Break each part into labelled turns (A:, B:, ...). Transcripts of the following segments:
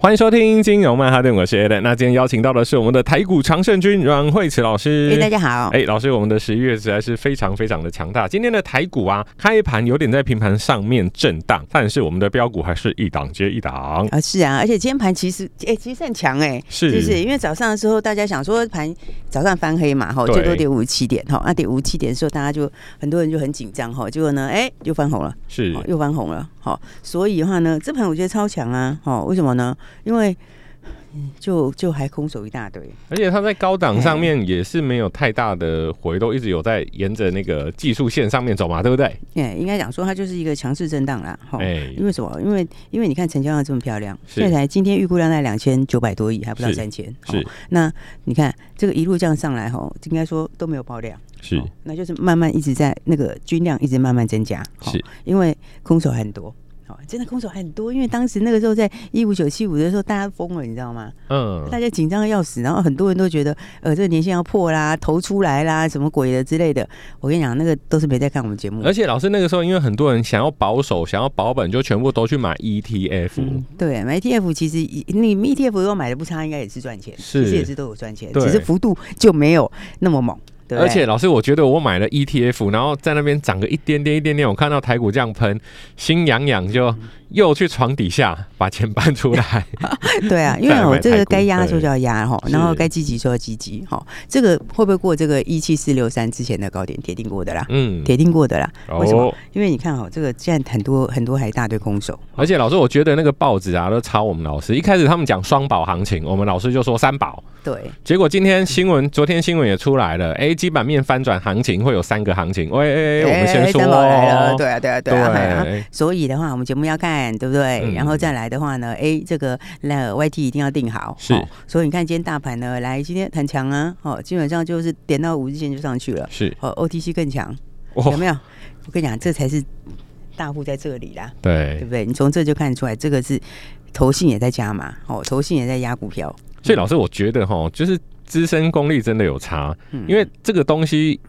A: 欢迎收听《金融曼哈顿》，我是 a l a n 那今天邀请到的是我们的台股常胜军阮慧慈老师。
B: 哎、大家好。
A: 哎、老师，我们的十一月实在是非常非常的强大。今天的台股啊，开盘有点在平盘上面震荡，但是我们的标股还是一档接一档。
B: 啊，是啊，而且今天盘其实，哎、其实很强哎、
A: 是
B: 就是因为早上的时候，大家想说盘早上翻黑嘛，哈，
A: 对
B: 最多跌五十七点，哈，那跌五十七点的时候，大家就很多人就很紧张，哈，结果呢，哎、又翻红了，
A: 是
B: 哦，又翻红了，好，所以的话呢，这盘我觉得超强啊，哦，为什么呢？因为嗯就就还空手一大堆，
A: 而且它在高档上面也是没有太大的回动，一直有在沿着那个技术线上面走嘛，对不对？
B: 哎、应该讲说它就是一个强势震荡啦，哈、
A: 哎
B: 因为什么？因为因为你看成交量这么漂亮，
A: 是
B: 现在才今天预估量在两千九百多亿，还不到
A: 是
B: 三千。
A: 是
B: 哦，那你看这个一路这样上来哈，哦应该说都没有爆量，
A: 是
B: 哦那就是慢慢一直在那个均量一直慢慢增加，哦
A: 是，
B: 因为空手很多。哦，真的空手很多，因为当时那个时候在一五九七五的时候，大家疯了，你知道吗？
A: 嗯，
B: 大家紧张的要死，然后很多人都觉得，呃，这个年限要破啦，投出来啦，什么鬼的之类的。我跟你讲，那个都是没在看我们节目的。
A: 而且老师那个时候，因为很多人想要保守，想要保本，就全部都去买 E ETF，、
B: 嗯，对，买 ETF 其实一你 ETF 如果买的不差，应该也是赚钱，
A: 是
B: 其实也是都有赚钱，
A: 对
B: 只是幅度就没有那么猛，对不
A: 而
B: 对？
A: 且老师，我觉得我买了 ETF，然后在那边涨个一点点一点点，我看到台股这样喷，心痒痒就又去床底下把钱搬出来。
B: 对啊，因为
A: 再来
B: 我
A: 买
B: 这个
A: 台股
B: 该压的时候就要压哈，
A: 是
B: 然后该积极就要积极哈。这个会不会过这个一七四六三之前的高点？铁定过的啦，
A: 嗯，
B: 铁定过的啦。为什么
A: 哦，
B: 因为你看哈，这个现在很多很多还一大堆空手，
A: 而且老师，我觉得那个报纸啊都抄我们老师，一开始他们讲双保行情，我们老师就说三保，
B: 对，
A: 结果今天新闻，昨天新闻也出来了，哎，基本面翻转行情会有三个行情，喂，哎哎我们先说
B: 三宝来了，
A: 哦，
B: 对啊，对啊，对啊。哎啊
A: 对，
B: 所以的话，我们节目要看，对不对？
A: 嗯
B: 然后再来的话呢，哎，这个那 YT 一定要定好。
A: 是
B: 所以你看今天大盘呢，来今天很强啊，哦，基本上就是点到五日线就上去了。
A: 是，
B: 哦，OTC 更强，有
A: 哦，
B: 没有？我跟你讲，这才是大户在这里啦，对
A: 对，
B: 不对？你从这就看得出来，这个是投信也在加码，哦，投信也在压股票。
A: 所以老师，我觉得哈，就是资深功力真的有差，
B: 嗯
A: 因为这个东西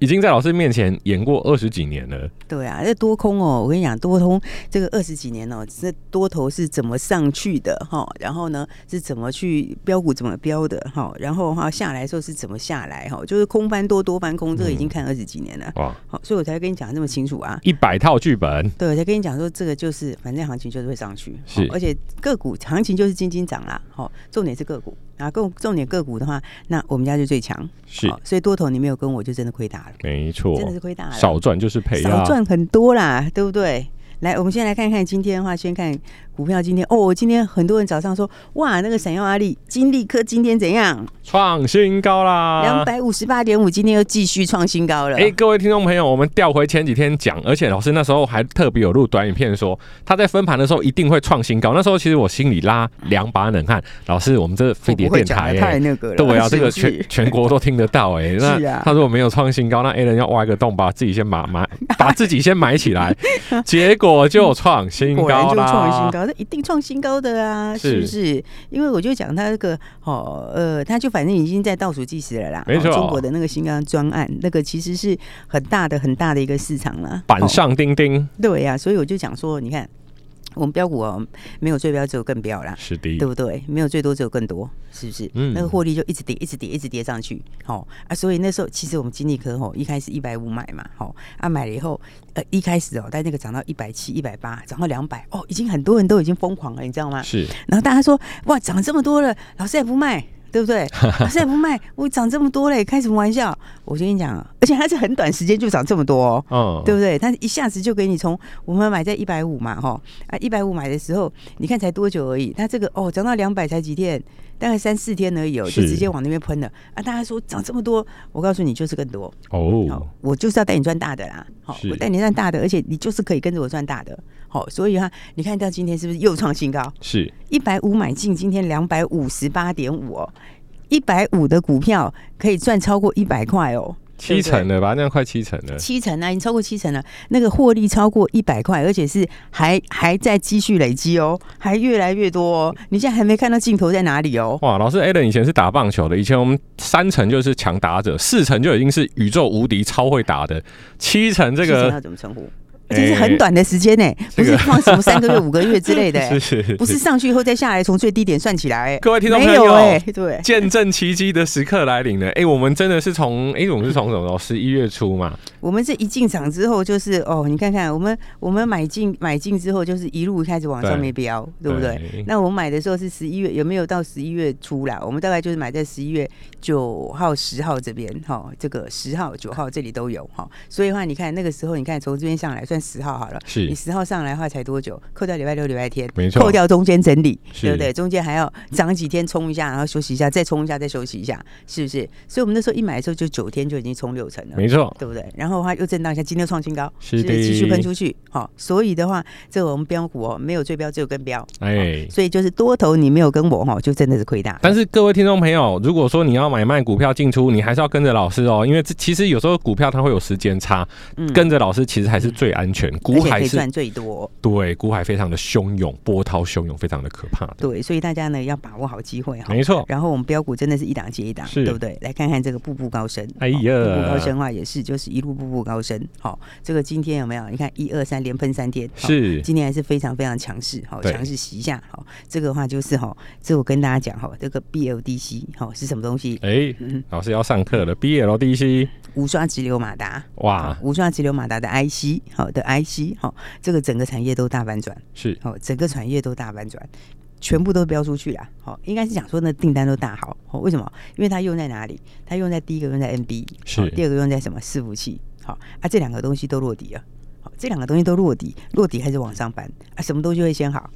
A: 已经在老师面前演过二十几年了，
B: 对啊，这多空哦，我跟你讲，多空这个二十几年哦，这多头是怎么上去的哈、然后呢是怎么去标股怎么标的哈、然后哈、下来的时候是怎么下来哈、就是空翻多多翻空，这个
A: 嗯
B: 已经看二十几年了，
A: 哇，
B: 好、所以我才跟你讲得这么清楚啊。
A: 一百套剧本，
B: 对，我才跟你讲说，这个就是反正行情就是会上去，
A: 是
B: 哦而且个股行情就是金金涨啦，好、重点是个股，然后重重点个股的话，那我们家就最强，
A: 是
B: 哦所以多头你没有跟我就真的亏大了，
A: 没错
B: 真，的是亏大了，
A: 少赚就是赔
B: 少
A: 啊，
B: 赚很多啦，对不对？来，我们先来看看今天的话，先看股票。今天哦，今天很多人早上说，哇，那个闪耀阿力、金利科今天怎样？
A: 创新高啦
B: 两。百五十八点五，今天又继续创新高了。
A: 哎、各位听众朋友，我们调回前几天讲，而且老师那时候还特别有录短影片说，他在分盘的时候一定会创新高。那时候其实我心里拉两把冷汗。老师，我们这飞
B: 我
A: 碟
B: 不会
A: 电
B: 讲
A: 台、
B: 的
A: 哎
B: 太那个了，
A: 对啊，
B: 是
A: 这
B: 不
A: 个
B: 是
A: 全全国都听得到 哎、
B: 是
A: 那
B: 啊
A: 他如果没有创新高，那 A 人要挖一个洞把自己先埋 埋，把自己先埋起来，结果就创新
B: 果然
A: 高
B: 就创新
A: 啦。
B: 高，那一定创新高的啊，
A: 是
B: 是不是？因为我就讲他这个哦，呃，他就反正已经在倒数计时了啦。
A: 没错
B: 哦中国的那个新钢专案，那个其实是很大的很大的一个市场啦。
A: 板
B: 哦
A: 上钉钉，
B: 对啊呀、所以我就讲说，你看我们标股哦，没有最标，只有更标啦。
A: 是的
B: 对，不对？没有最多，只有更多，是不是？
A: 嗯
B: 那个获利就一直跌，一直跌，一直跌上去，好、啊。所以那时候其实我们金利科吼、一开始一百五买嘛，好、啊买了以后，呃一开始哦，但那个涨到一百七、一百八，涨到两百，哦，已经很多人都已经疯狂了，你知道吗？
A: 是
B: 然后大家说哇，涨这么多了，老师也不卖，对不对？啊现在不卖，我涨这么多嘞，开什么玩笑？我跟你讲，啊而且它是很短时间就涨这么多哦。
A: 嗯，
B: 对不对？它一下子就给你从我们买在一百五嘛，哈啊，一百五买的时候，你看才多久而已，它这个哦涨到两百才几天，大概三四天而已、哦，
A: 是
B: 就直接往那边喷了啊！大家说涨这么多，我告诉你就是更多，好、
A: 哦，
B: 我就是要带你赚大的啦，好、
A: 是
B: 我带你赚大的，而且你就是可以跟着我赚大的，好、所以哈、你看到今天是不是又创新高？
A: 是
B: 一百五买进，今天两百五十八点五哦，一百五的股票可以赚超过一百块哦。
A: 七
B: 对不对
A: 成了吧？那样快七成了，
B: 七成啊，已经超过七成了，那个获利超过一百块，而且是还还在继续累积哦，还越来越多哦。你现在还没看到尽头在哪里哦？
A: 哇，老师 a l n 以前是打棒球的，以前我们三成就是强打者，四成就已经是宇宙无敌、超会打的，七成这
B: 七成
A: 个
B: 要怎么称呼？
A: 哎
B: 而且是很短的时间呢，不是放什么三个月、五个月之类 的，欸
A: 是是是
B: 不是上去以后再下来，从最低点算起来。
A: 各位听众朋
B: 没有
A: 友
B: 哎，对，
A: 见证奇迹的时刻来临了。哎、我们真的是从哎、我们是从什么时候？十一月初嘛，
B: 我们这一进场之后就是哦，你看看我们我们买进买进之后就是一路开始往上面飙，对不
A: 对
B: 对？那我们买的时候是十一月，有没有到十一月初啦？我们大概就是买在十一月九号、十号这边哈、这个十号、九号这里都有哈、所以的话，你看那个时候，你看从这边上来算十号好了，
A: 是
B: 你十号上来的话才多久？扣掉礼拜六、礼拜天，
A: 没错
B: 扣掉中间整理，
A: 是
B: 对不对？中间还要涨几天冲一下，然后休息一下，再冲一下，再休息一下，是不是？所以我们那时候一买的时候就九天就已经冲六成了，
A: 没错，
B: 对不对？然后它又震荡一下，今天又创新高，
A: 是
B: 不
A: 的
B: 继续喷出去。好、所以的话，这我们标股哦，没有追标，只有跟标。
A: 哎、
B: 所以就是多头你没有跟我哈、哦，就真的是亏大。
A: 但是各位听众朋友，如果说你要买卖股票进出，你还是要跟着老师哦，因为这其实有时候股票它会有时间差，
B: 嗯
A: 跟着老师其实还是最安全。股
B: 而且可
A: 海
B: 以
A: 是
B: 赚最多，
A: 对，股海非常的汹涌，波涛汹涌，非常的可怕的。
B: 对，所以大家呢要把握好机会哈、
A: 没错，
B: 然后我们标股真的是一档接一档，
A: 是
B: 对不对？来看看这个步步高升，
A: 哎呀
B: 哦步步高升的话也是，就是一路步步高升。好、这个今天有没有？你看一二三连喷三天，好
A: 是
B: 今年还是非常非常强势，好
A: 对
B: 强势洗一下，好这个的话就是哈，这我跟大家讲哈，这个 BLDC 好哦是什么东西？
A: 哎、
B: 嗯
A: 老师要上课了，BLDC，
B: 无刷直流马达，
A: 哇，
B: 无刷直流马达的 IC 好的 IC 好，这个整个产业都大反转，
A: 是
B: 好整个产业都大反转。全部都标出去啦，好，应该是讲说那订单都大好，好，为什么？因为它用在哪里？它用在第一个用在 NB，
A: 是
B: 好第二个用在什么伺服器，好啊，这两个东西都落地了，好，这两个东西都落地，落地开始往上搬啊，什么东西会先好？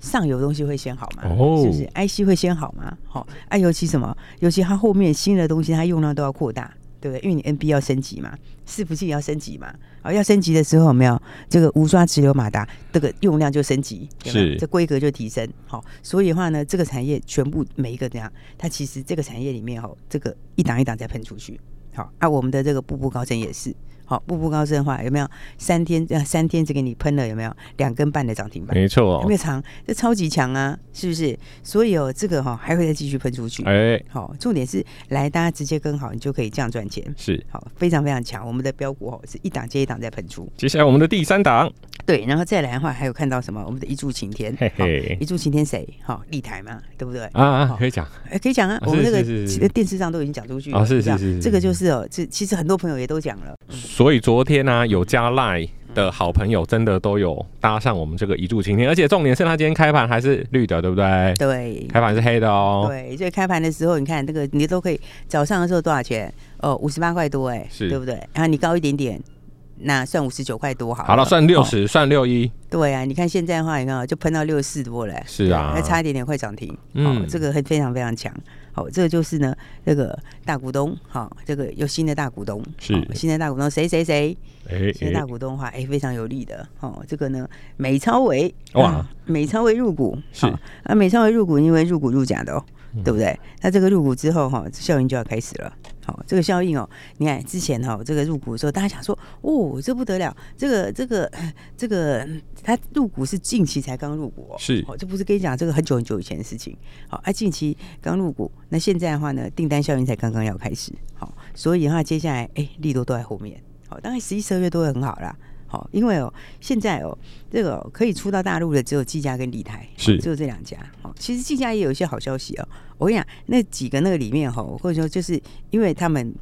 B: 上游东西会先好嘛？
A: 哦
B: 是不是？IC 会先好嘛？好、啊，尤其什么？尤其它后面新的东西，它用量都要扩大，对不对？因为你 NB 要升级嘛，伺服器也要升级嘛，啊、要升级的时候有没有这个无刷直流马达，这个用量就升级，有没有
A: 是
B: 这规格就提升。好、所以的话呢，这个产业全部每一个这样，它其实这个产业里面哦，这个一档一档在喷出去。好、啊，我们的这个步步高升也是。好，步步高升的话，有没有三天？呃，三天只给你喷了，有没有两根半的涨停板？
A: 没错哦
B: 有没，有长？这超级强啊，是不是？所以哦，这个哈、还会再继续喷出去。
A: 哎、
B: 好、重点是来大家直接跟好，你就可以这样赚钱。
A: 是。
B: 好，非常非常强。我们的标股哦，是一档接一档在喷出。
A: 接下来我们的第三档，
B: 对，然后再来的话，还有看到什么？我们的一柱擎天，
A: 嘿
B: 好
A: 嘿
B: 一柱擎天谁？好、立台嘛，对不对？
A: 啊啊，
B: 好
A: 可以讲，
B: 哎，可以讲啊，我们
A: 是
B: 那个
A: 是是是
B: 其实电视上都已经讲出去了。
A: 啊是
B: 这样
A: 是是是
B: 这个就是哦，这其实很多朋友也都讲了。
A: 所以昨天呢、啊有加赖的好朋友真的都有搭上我们这个一柱擎天，而且重点是他今天开盘还是绿的，对不对？
B: 对，
A: 开盘是黑的哦。
B: 对，所以开盘的时候，你看那个你都可以早上的时候多少钱？哦，五十八块多哎、
A: 是
B: 对不对？然后你高一点点，那算五十九块多好了。
A: 好了，算六
B: 哦、
A: 十、算六一，
B: 对啊，你看现在的话，你看哦就喷到六四多了、哎
A: 是啊
B: 对那差一点点快涨停。
A: 嗯
B: 哦，这个很非常非常强。好、这个就是呢，这个大股东，好、这个有新的大股东，
A: 是
B: 哦新的大股东谁谁谁，
A: 哎、
B: 新的大股东的话，哎、非常有利的。哦，这个呢，美超维
A: 哇
B: 啊美超维入股
A: 是
B: 哦啊，美超维入股，因为入股入假的哦，对不对？那这个入股之后哈、效应就要开始了。好、这个效应哦，你看之前哈、这个入股的时候，大家想说，哦，这不得了，这个这个这个，它入股是近期才刚入股、哦，
A: 是
B: 哦，这不是跟你讲这个很久很久以前的事情。好、啊，近期刚入股，那现在的话呢，订单效应才刚刚要开始，好、所以的话接下来，哎，利多都在后面，好、当然十一、十二月都会很好啦。好、因为哦，现在哦，这个哦、可以出到大陆的只有技嘉跟立台，
A: 是
B: 只有这两家。哦，其实技嘉也有一些好消息哦。我跟你讲，那几个那个里面哈、或者说就是因为他们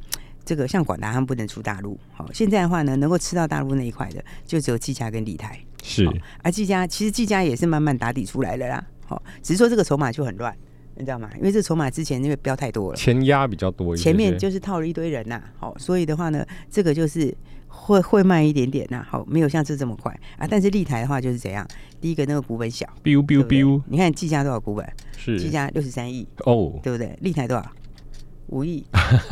B: 这个像广达他们不能出大陆，好、现在的话呢，能够吃到大陆那一块的，就只有技嘉跟立台。啊
A: 是
B: 好，而技嘉其实技嘉也是慢慢打底出来了啦，好、只是说这个筹码就很乱。你知道吗？因为这筹码之前因为标太多了，
A: 前压比较多一些些，
B: 前面就是套了一堆人呐、好、所以的话呢，这个就是会会慢一点点呐、好、没有像这这么快啊。但是立台的话就是怎样，第一个那个股本小，
A: biu
B: 对
A: biu
B: 不对
A: biu
B: 你看技嘉多少股本？技
A: 是
B: 嘉六十三亿，
A: 哦，
B: 对不对？立台多少？五亿，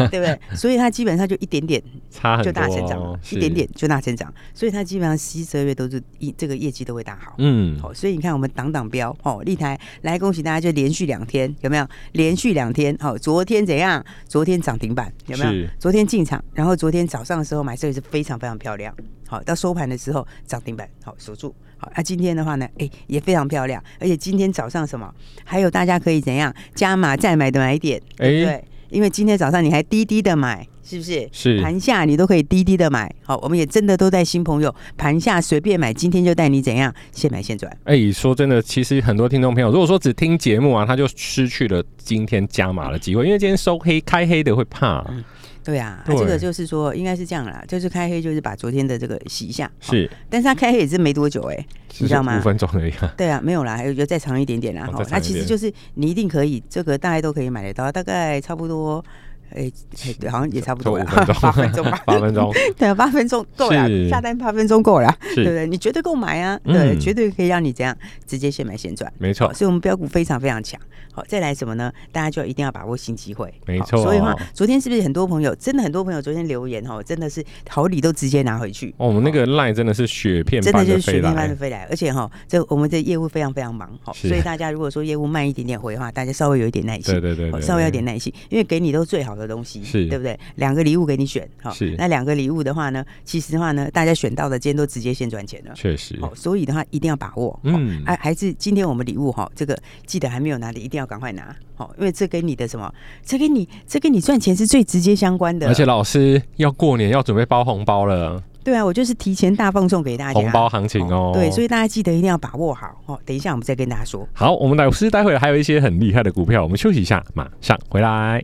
B: 对不对？所以它基本上就一点点
A: 差很
B: 就
A: 多
B: 大成长
A: 哦
B: 了，
A: 是
B: 一点点就大成长，所以它基本上十一、十二月都是一这个业绩都会大好。
A: 嗯，
B: 好、所以你看我们挡挡标哦，立台来恭喜大家，就连续两天有没有？连续两天哦，昨天怎样？昨天涨停板有没有
A: 是？
B: 昨天进场，然后昨天早上的时候买这个是非常非常漂亮，好、到收盘的时候涨停板好、锁住。好，那、今天的话呢，哎、也非常漂亮，而且今天早上什么？还有大家可以怎样加码再买的买点，对不
A: 哎，
B: 对，因为今天早上你还低低的买，是不是？
A: 是
B: 盘下你都可以低低的买，好，我们也真的都带新朋友盘下随便买，今天就带你怎样，现买现赚。
A: 哎，说真的，其实很多听众朋友，如果说只听节目啊，他就失去了今天加码的机会，因为今天收黑开黑的会怕，
B: 对啊，啊
A: 对
B: 这个就是说应该是这样啦，就是开黑就是把昨天的这个洗一下，好，
A: 是，
B: 但是他开黑也是没多久哎、
A: 只
B: 你知
A: 是
B: 道吗
A: 五分钟而已啊，
B: 对啊，没有啦，还有就再长一点点啦，
A: 哦再
B: 好、
A: 长
B: 那
A: 一
B: 其
A: 点
B: 实就是你一定可以，这个大概都可以买得到，大概差不多。哎、哎对，好像也差不
A: 就
B: 多
A: 五
B: 了，
A: 分钟，
B: 八分钟吧，
A: 八分钟，
B: 对啊，八分钟够
A: 是
B: 了，下单八分钟够了，对不
A: 是，
B: 对？你绝对购买啊，
A: 嗯
B: 对，绝对可以让你怎样直接现买现赚。
A: 没
B: 好，
A: 错，
B: 所以我们标股非常非常强。好，再来什么呢？大家就一定要把握新机会。
A: 没
B: 好
A: 错
B: 所以的话，昨天是不是很多朋友真的很多朋友昨天留言哦，真的是好礼都直接拿回去。
A: 哦，我们那个赖真的是雪片
B: 真的
A: 般
B: 就
A: 的
B: 是雪
A: 飞
B: 片般
A: 来
B: 的，飞来，而且哈，这我们这业务非常非常忙，好，
A: 是
B: 所以大家如果说业务慢一点点回的话，大家稍微有一点耐心
A: 对，对对
B: 哦
A: 对，
B: 稍微有点耐心，因为给你都最好的东西，
A: 是
B: 对不对？两个礼物给你选，好
A: 是
B: 那两个礼物的话呢，其实的话呢，大家选到的今天都直接先赚钱了，
A: 确实，
B: 哦，所以的话一定要把握。
A: 嗯
B: 嗯，还、还是今天我们礼物哈、这个记得还没有拿的，一定要赶快拿，好、因为这跟你的什么，这跟你这跟你赚钱是最直接相关的。
A: 而且老师要过年要准备包红包了，
B: 对啊，我就是提前大放送给大家
A: 红包行情哦，
B: 哎对，所以大家记得一定要把握好哦。等一下我们再跟大家说。
A: 好，我们老师待会还有一些很厉害的股票，我们休息一下，马上回来。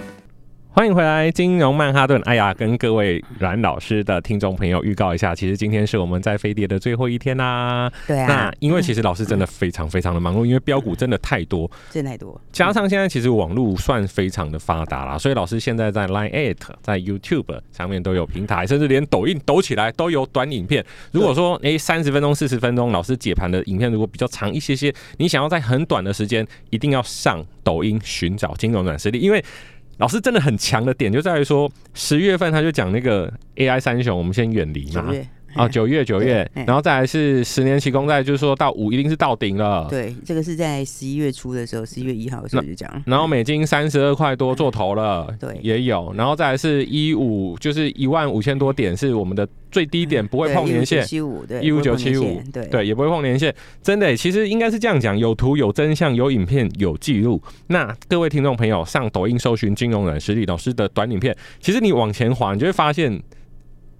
A: 欢迎回来，金融曼哈顿。哎呀，跟各位阮老师的听众朋友预告一下，其实今天是我们在飞碟的最后一天啦、
B: 对啊
A: 那，因为其实老师真的非常非常的忙碌，因为标股真的太多，
B: 挣太多，
A: 加上现在其实网络算非常的发达啦，所以老师现在在 Line at 在 YouTube 上面都有平台，甚至连抖音抖起来都有短影片。如果说诶三十分钟、四十分钟，老师解盘的影片如果比较长一些些，你想要在很短的时间，一定要上抖音寻找金融软实力，因为。老师真的很强的点就在于说，十月份他就讲那个 AI 三雄，我们先远离
B: 九
A: 嘛。
B: 月
A: 啊，九月九月，
B: 嗯
A: 然后再来是十年期公债，就是说到五一定是到顶了。
B: 对，这个是在十一月初的时候，十一月一号的时候就讲。
A: 然后美金三十二块多做头了，
B: 嗯对
A: 也有。然后再来是一五，就是一万五千多点是我们的最低
B: 嗯
A: 点，不会碰年限。
B: 七五对，
A: 15975
B: 对
A: 对，也不会碰年限，真的耶，其实应该是这样讲，有图、有真相、有影片、有记录。那各位听众朋友，上抖音搜寻“金融软实力”老师的短影片，其实你往前滑，你就会发现，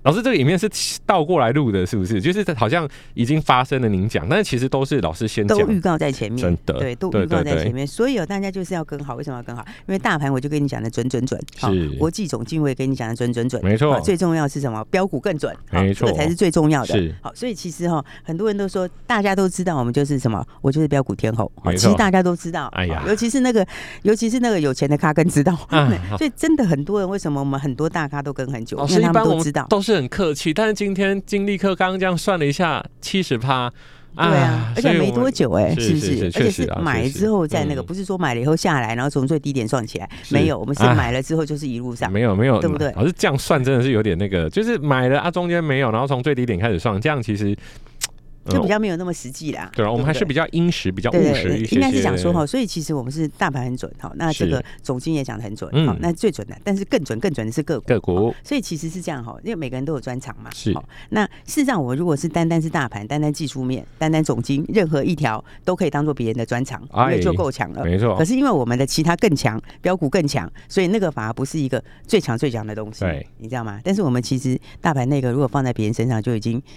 A: 老师这个影片是倒过来录的，是不是？就是好像已经发生了，您讲，但是其实都是老师先讲
B: 都，预告在前面，
A: 真的
B: 对，都
A: 对
B: 预告
A: 对
B: 在
A: 对
B: 前面，所以哦，大家就是要跟好，为什么要跟好？因为大盘我就跟你讲的准准准，好
A: 是
B: 国际总经委跟你讲的准准准，
A: 没错
B: 好最重要是什么？标股更准，好
A: 没
B: 这个
A: 错
B: 才是最重要
A: 是
B: 的。好，所以其实哈，很多人都说，大家都知道我们就是什么，我就是标股天后，好
A: 没
B: 其
A: 错
B: 实大家都知道，
A: 哎呀
B: 好尤其是那个，尤其是那个有钱的咖更知道
A: 啊，
B: 所以真的很多人为什么我们很多大咖都跟很久
A: 老，
B: 因
A: 师哦一
B: 为他
A: 般
B: 们
A: 我
B: 都
A: 们
B: 知道，
A: 都是很客气，但是今天金立克刚刚这样算了一下，七十趴，
B: 对啊，而且没多。久哎、
A: 是
B: 是不
A: 是是
B: 是？而
A: 确
B: 且
A: 实
B: 是
A: 啊
B: 买
A: 确
B: 了
A: 实
B: 之后再那个，
A: 嗯
B: 不是说买了以后下来，然后从最低点算起来，
A: 是
B: 没有，我们是
A: 啊
B: 买了之后就是一路上。
A: 没有没有，
B: 对不对
A: 老师这样算真的是有点那个，就是买了啊，中间没有，然后从最低点开始算，这样其实
B: 就比
A: 较
B: 较没有那么实际啦。
A: 对啊，我们
B: 不
A: 还是比较殷实，比较
B: 对
A: 务
B: 对
A: 实一
B: 对，
A: 些些。
B: 应该是讲说哈，所以其实我们是大盘很准哈，那这个
A: 是
B: 总金也讲的很准
A: 嗯
B: 好，那最准的，但是更准更准的是个股。
A: 个股
B: 所以其实是这样哈，因为每个人都有专长嘛。
A: 是
B: 好。那事实上，我如果是单单是大盘，单单技术面，单单总金，任何一条都可以当做别人的专长，因
A: 哎
B: 为就够强了。
A: 没错
B: 可，是因为我们的其他更强，标股更强，所以那个反而不是一个最强最强的东西，
A: 对
B: 你知道吗？但是我们其实大盘那个如果放在别人身上，就已经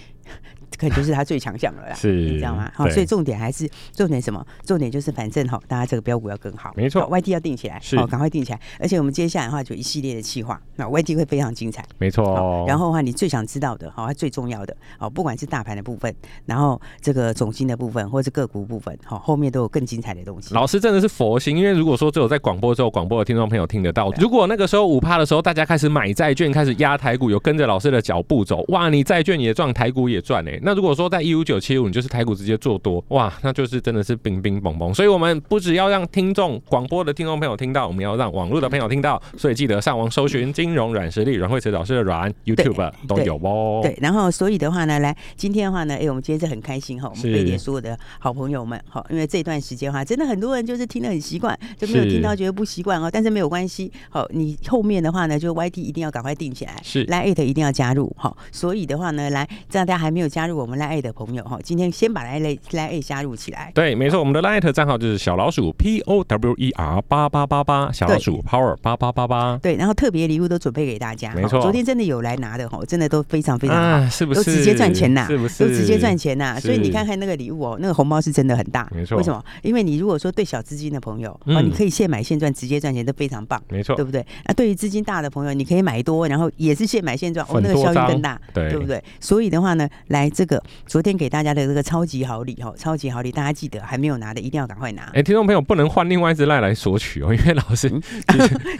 B: 可能就是他最强方向了啦，
A: 是
B: 你知道吗？好，
A: 对
B: 所以重点还是重点什么？重点就是反正哈，大家这个标股要更好，
A: 没错
B: 好，YT 要定起来，
A: 是
B: 好赶快定起来。而且我们接下来的话，就一系列的计划，那 YT 会非常精彩。
A: 没错哦
B: 好，。然后的话，你最想知道的，好，它最重要的，好，不管是大盘的部分，然后这个总金的部分，或是个股部分，好，后面都有更精彩的东西。
A: 老师真的是佛心，因为如果说只有在广播之后，广播的听众朋友听得到。如果那个时候五趴的时候，大家开始买债券，开始压台股，有跟着老师的脚步走，哇，你债券也赚，台股也赚哎、那如果说在一五九七五，你就是台股直接做多，哇，那就是真的是冰冰蹦蹦。所以我们不只要让听众广播的听众朋友听到，我们要让网络的朋友听到。所以记得上网搜寻金融软实力阮慧慈老师的软 YouTube 都有哦。
B: 对，然后所以的话呢，来今天的话呢，哎、我们今天是很开心哈，我们
A: 是
B: 飞碟所有的好朋友们哈，因为这段时间哈，真的很多人就是听得很习惯，就没有
A: 是
B: 听到觉得不习惯哦，但是没有关系，好，你后面的话呢，就 YT 一定要赶快定起来，
A: 是
B: 来 at 一定要加入哈，所以的话呢，来大家还没有加入我们来 at 的朋友哈，今天先把来来来 at 加入起来。
A: 对，没错，我们的 Light 账号就是小老鼠 P O W E R 八八八八，小老鼠 Power 八八八八。
B: 对，然后特别礼物都准备给大家，
A: 没
B: 哈
A: 错
B: 昨天真的有来拿的哈，真的都非常非常好，
A: 啊，是不是
B: 都直接赚钱呐
A: 是不
B: 都
A: 是
B: 直接赚？钱呐、
A: 是
B: 所以你看看那个礼物哦，那个红包是真的很大，
A: 没错
B: 为什么？因为你如果说对小资金的朋友，
A: 嗯
B: 哦，你可以现买现赚，直接赚钱，都非常棒。
A: 没错
B: 对，不对？那、对于资金大的朋友，你可以买多，然后也是现买现赚，哦，
A: 很
B: 那个
A: 多
B: 效益
A: 张
B: 更大，
A: 对
B: 对不对？所以的话呢，来这个昨天给大家的这个超级好礼哈、哦，超级好礼，大家记得还没有拿的一定要赶快拿
A: 哎、，听众朋友不能换另外一只赖来索取哦，因为老
B: 嗯
A: 师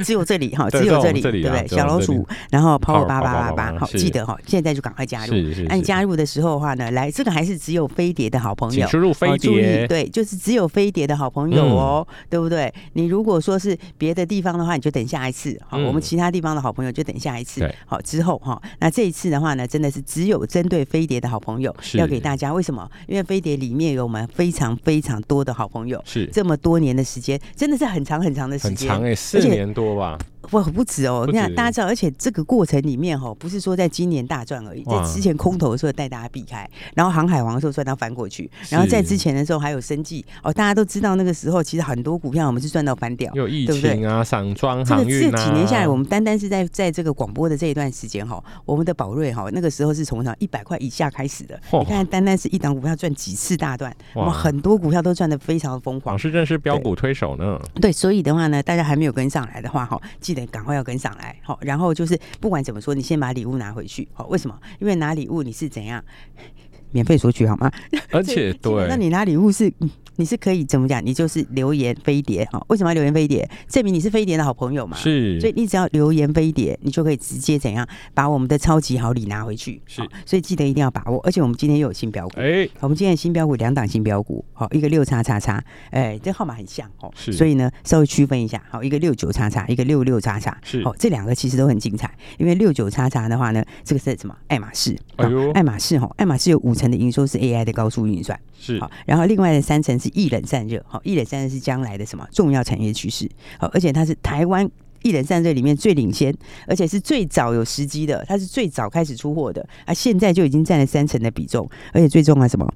B: 只有这里哈，
A: 对
B: 只有
A: 在
B: 这
A: 我
B: 里，
A: 们这里
B: 对不
A: 啊
B: 对？
A: 在我
B: 小
A: 们
B: 老
A: 这里
B: 鼠，然后
A: Power
B: Power 八八八
A: 8888
B: 八，好，
A: 是
B: 记得哈，现在就赶快加入。
A: 是是
B: 按
A: 是，
B: 加入的时候的话呢，来这个还是只有飞碟的好朋
A: 请
B: 友。
A: 输入飞
B: 哦注意
A: 碟，
B: 对，就是只有飞碟的好朋
A: 嗯
B: 友哦，对不对？你如果说是别的地方的话，你就等下一次。好、
A: 嗯
B: 我们其他地方的好朋友就等下一次
A: 对。
B: 好，之后哈、那这一次的话呢，真的是只有针对飞碟的好朋友
A: 是
B: 要给大家。为什么？因为飞碟里面有我们非常非常多的好朋友，
A: 是
B: 这么多年的时间，真的是很长很长的时
A: 很
B: 间，
A: 长哎、四
B: 而且
A: 年多吧，
B: 哇，不止哦！
A: 不
B: 那
A: 止
B: 大家知道，而且这个过程里面哦，不是说在今年大赚而已，
A: 哇
B: 在之前空头的时候带大家避开，然后航海王的时候赚到翻过去，然后在之前的时候还有生计哦，大家都知道那个时候其实很多股票我们是赚到翻掉。
A: 又有疫
B: 对不对
A: 情啊，散装
B: 这个
A: 航
B: 这
A: 运啊，
B: 几年下来，我们单单是在在这个广播的这一段时间哈，我们的宝瑞哈，那个时候是从哪一百块以下开始的。
A: 嚯
B: 你看，单单是一档股票赚几次大段，我
A: 哇
B: 们很多股票都赚得非常的疯狂
A: 老。师认识标股推手呢，
B: 对，所以的话呢，大家还没有跟上来的话，哈，记得赶快要跟上来，好。然后就是不管怎么说，你先把礼物拿回去，好。为什么？因为拿礼物你是怎样免费索取，好吗？
A: 而且对，
B: 那你拿礼物是。嗯你是可以怎么讲？你就是留言飞碟哈？为什么要留言飞碟？证明你是飞碟的好朋友嘛。
A: 是
B: 所以你只要留言飞碟，你就可以直接怎样把我们的超级好礼拿回去。
A: 是
B: 好所以记得一定要把握。而且我们今天又有新标股，
A: 哎、
B: 我们今天的新标股两档新标股，好，一个六叉叉叉，哎，这号码很像哦，
A: 是
B: 所以呢稍微区分一下，好，一个六九叉叉，一个六六叉叉，
A: 是
B: 哦，这两个其实都很精彩，因为六九叉叉的话呢，这个是什么？爱马仕，
A: 哎呦
B: 哦爱马仕哈，爱马仕有五成的营收是 AI 的高速运算，
A: 是
B: 好，然后另外的三成是一冷散热，好，一冷散热是将来的什么重要产业趋势，好，而且它是台湾。一冷散热里面最领先，而且是最早有时机的，它是最早开始出货的啊，现在就已经占了三成的比重，而且最重要是什么？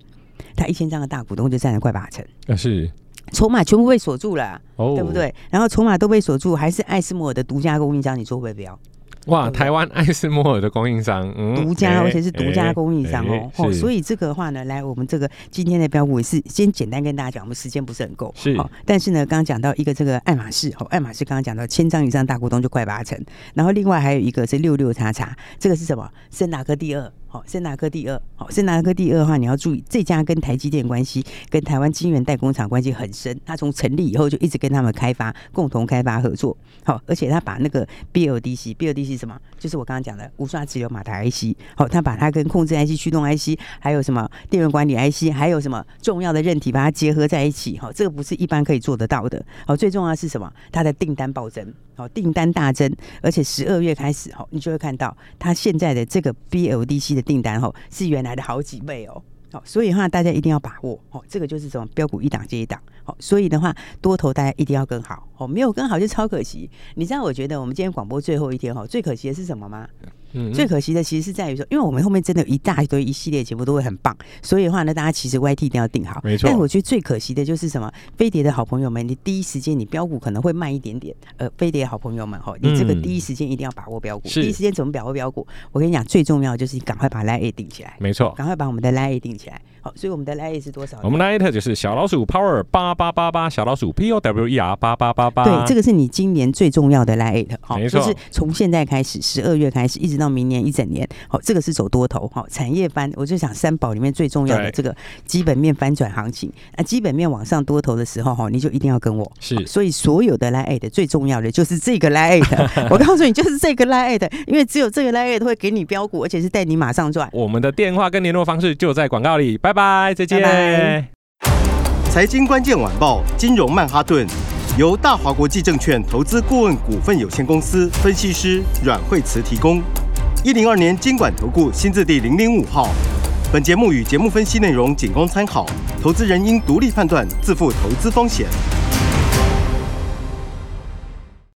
B: 它一千张的大股东就占了快八成，
A: 呃是
B: 筹码全部被锁住了啊、
A: 哦，
B: 对不？对？然后筹码都被锁住，还是艾斯摩尔的独家供应商，你说会不会标？
A: 哇，
B: 对不对
A: 台湾爱斯摩尔的供应商，嗯
B: 独家，
A: 哎
B: 而且是独家供应商哦
A: 哎。
B: 哦，
A: 是
B: 所以这个话呢，来我们这个今天的标股也是先简单跟大家讲，我们时间不是很够。
A: 是
B: 哦，但是呢，刚刚讲到一个这个爱马仕，哦，爱马仕刚刚讲到千张以上大股东就快八成，然后另外还有一个是六六叉叉，这个是什么？森达科第二。好，森达科第二，好，森达科第二的话，你要注意，这家跟台积电关系，跟台湾晶圆代工厂关系很深。它从成立以后就一直跟他们开发，共同开发合作。好，而且他把那个 BLDC，BLDC 是什么？就是我刚刚讲的无刷直流马达 IC。好，他把它跟控制 IC、驱动 IC，还有什么电源管理 IC，还有什么重要的韧体，把它结合在一起。好，这个不是一般可以做得到的。好，最重要的是什么？它的订单暴增，好，订单大增，而且十二月开始，好，你就会看到它现在的这个 BLDC 的订单，哦，是原来的好几倍哦。好，所以的话，大家一定要把握哦，这个就是这种标股一档接一档。好，所以的话，多头大家一定要跟好哦，没有跟好就超可惜。你知道，我觉得我们今天广播最后一天哦，最可惜的是什么吗？
A: 嗯
B: 最可惜的其实是在于说，因为我们后面真的有一大堆一系列节目都会很棒，所以的话呢，大家其实 YT 一定要定好。
A: 没错
B: 但我觉得最可惜的就是什么？飞碟的好朋友们，你第一时间你标股可能会慢一点点。呃，飞碟好朋友们哈，你这个
A: 嗯
B: 第一时间一定要把握标股。
A: 是
B: 第一时间怎么把握标股？我跟你讲，最重要的就是你赶快把 Line A 定起来，
A: 没错。
B: 赶快把我们的 Line A 定起来。好，所以我们的 Line A 是多少？
A: 我们的 at 就是小老鼠 power 八八八八，小老鼠 p o w e r 八八八八。
B: 对，这个是你今年最重要的 Lite，好、
A: 没错
B: 就是从现在开始，十二月开始，一直到明年一整年，好、这个是走多头，好、产业翻，我就想三宝里面最重要
A: 对
B: 的这个基本面翻转行情，那、基本面往上多头的时候，哈、你就一定要跟我。
A: 是
B: 好所以所有的 Lite 最重要的就是这个 Lite，我告诉你，就是这个 Lite，因为只有这个 Lite 会给你标股，而且是带你马上赚。
A: 我们的电话跟联络方式就在广告里，拜拜，再见。
B: 拜拜
C: 财经关键晚报，金融曼哈顿，由大华国际证券投资顾问股份有限公司分析师阮惠慈提供。一零二年经管投顾新字第零零五号。本节目与节目分析内容仅供参考，投资人应独立判断，自负投资风险。